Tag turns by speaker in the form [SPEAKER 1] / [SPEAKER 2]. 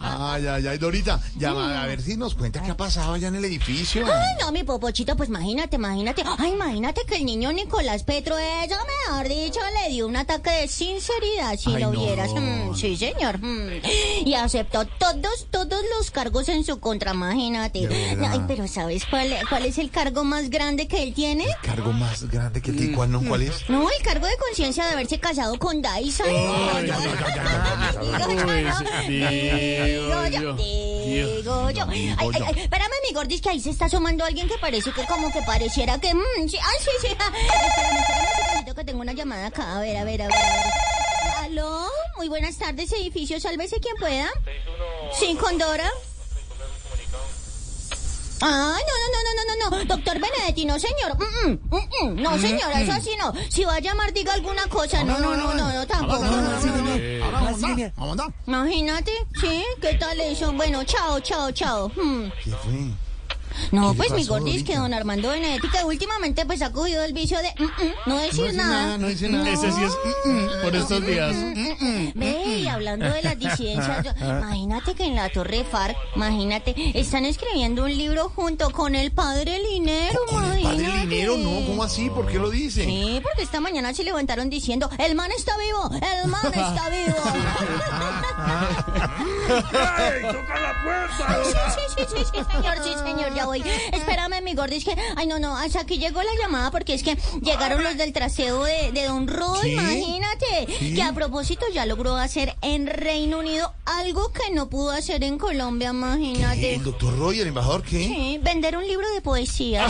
[SPEAKER 1] Ay, ay, ay, Dorita, ya va, a ver si nos cuenta qué ha pasado allá en el edificio.
[SPEAKER 2] Ay, no, mi popochito, pues imagínate, imagínate. Ay, imagínate que el niño Nicolás Petro, ella, mejor dicho, le dio un ataque de sinceridad, si
[SPEAKER 1] Ay,
[SPEAKER 2] lo
[SPEAKER 1] no.
[SPEAKER 2] vieras. Mm, sí, señor. Mm. Y aceptó todos, todos los cargos en su contra, imagínate.
[SPEAKER 1] De verdad.
[SPEAKER 2] Ay, pero ¿sabes cuál, cuál es el cargo más grande que él tiene?
[SPEAKER 1] Cargo más grande que ti, ¿cuál no? ¿Cuál es?
[SPEAKER 2] No, el cargo de conciencia de haberse casado con Daisa.
[SPEAKER 1] ay, ay,
[SPEAKER 3] ay, ay.
[SPEAKER 2] Digo
[SPEAKER 3] Uy, sí,
[SPEAKER 2] yo,
[SPEAKER 3] Dios,
[SPEAKER 2] digo yo. Ay,
[SPEAKER 1] Digo
[SPEAKER 2] ay,
[SPEAKER 1] yo.
[SPEAKER 2] ay, espérame, mi gordis, que ahí se está asomando alguien que parece que como que pareciera que... mm, sí, ay, sí, sí. ah. Espérame, espérame un segundito que tengo una llamada acá. A ver, a ver, a ver. a ver. Aló, muy buenas tardes, edificio, sálvese quien pueda. Sí, Condora. Ah, no, no, no, no, no, no, no. Doctor Benedetti, no, señor. Mm, mm, mm, mm. No, señora, eso así no. Si va a llamar, diga alguna cosa. No, no, no, no, no, tampoco. no, no, no.
[SPEAKER 1] Vamos, vamos, vamos.
[SPEAKER 2] Imagínate, ¿sí? ¿Qué tal eso? Bueno, chao, chao, chao. Hmm.
[SPEAKER 1] ¿Qué fue? ¿Qué
[SPEAKER 2] No,
[SPEAKER 1] le
[SPEAKER 2] pues mi
[SPEAKER 1] pasó,
[SPEAKER 2] gordis que
[SPEAKER 1] Dorita?
[SPEAKER 2] don Armando Benedetti, que últimamente pues ha cogido el vicio de mm, mm, no decir
[SPEAKER 1] dice
[SPEAKER 2] nada.
[SPEAKER 1] no dice nada.
[SPEAKER 3] Ese sí es mm, mm, por estos días.
[SPEAKER 2] Ve, y hablando de las disidencias, yo-
[SPEAKER 1] Ah.
[SPEAKER 2] imagínate que en la Torre FARC, imagínate, están escribiendo un libro junto con el padre Linero,
[SPEAKER 1] Con el
[SPEAKER 2] imagínate.
[SPEAKER 1] padre dinero, ¿no? ¿Cómo así? ¿Por qué lo dice?
[SPEAKER 2] Sí, porque esta mañana se levantaron diciendo, el man está vivo, el man está vivo.
[SPEAKER 4] ¡Ey! ¡Toca la puerta!
[SPEAKER 2] Sí, sí, sí, sí, sí, señor, sí, señor, ya voy. Espérame, mi gordis, que... Ay, no, no, hasta aquí llegó la llamada porque es que llegaron los del traseo de, de Don Roy,
[SPEAKER 1] ¿Sí?
[SPEAKER 2] imagínate.
[SPEAKER 1] ¿Sí?
[SPEAKER 2] Que a propósito ya logró hacer en Reino Unido algo que no pudo hacer en Colombia, imagínate.
[SPEAKER 1] ¿El doctor Roy, el embajador, qué?
[SPEAKER 2] Sí, vender un libro de poesía.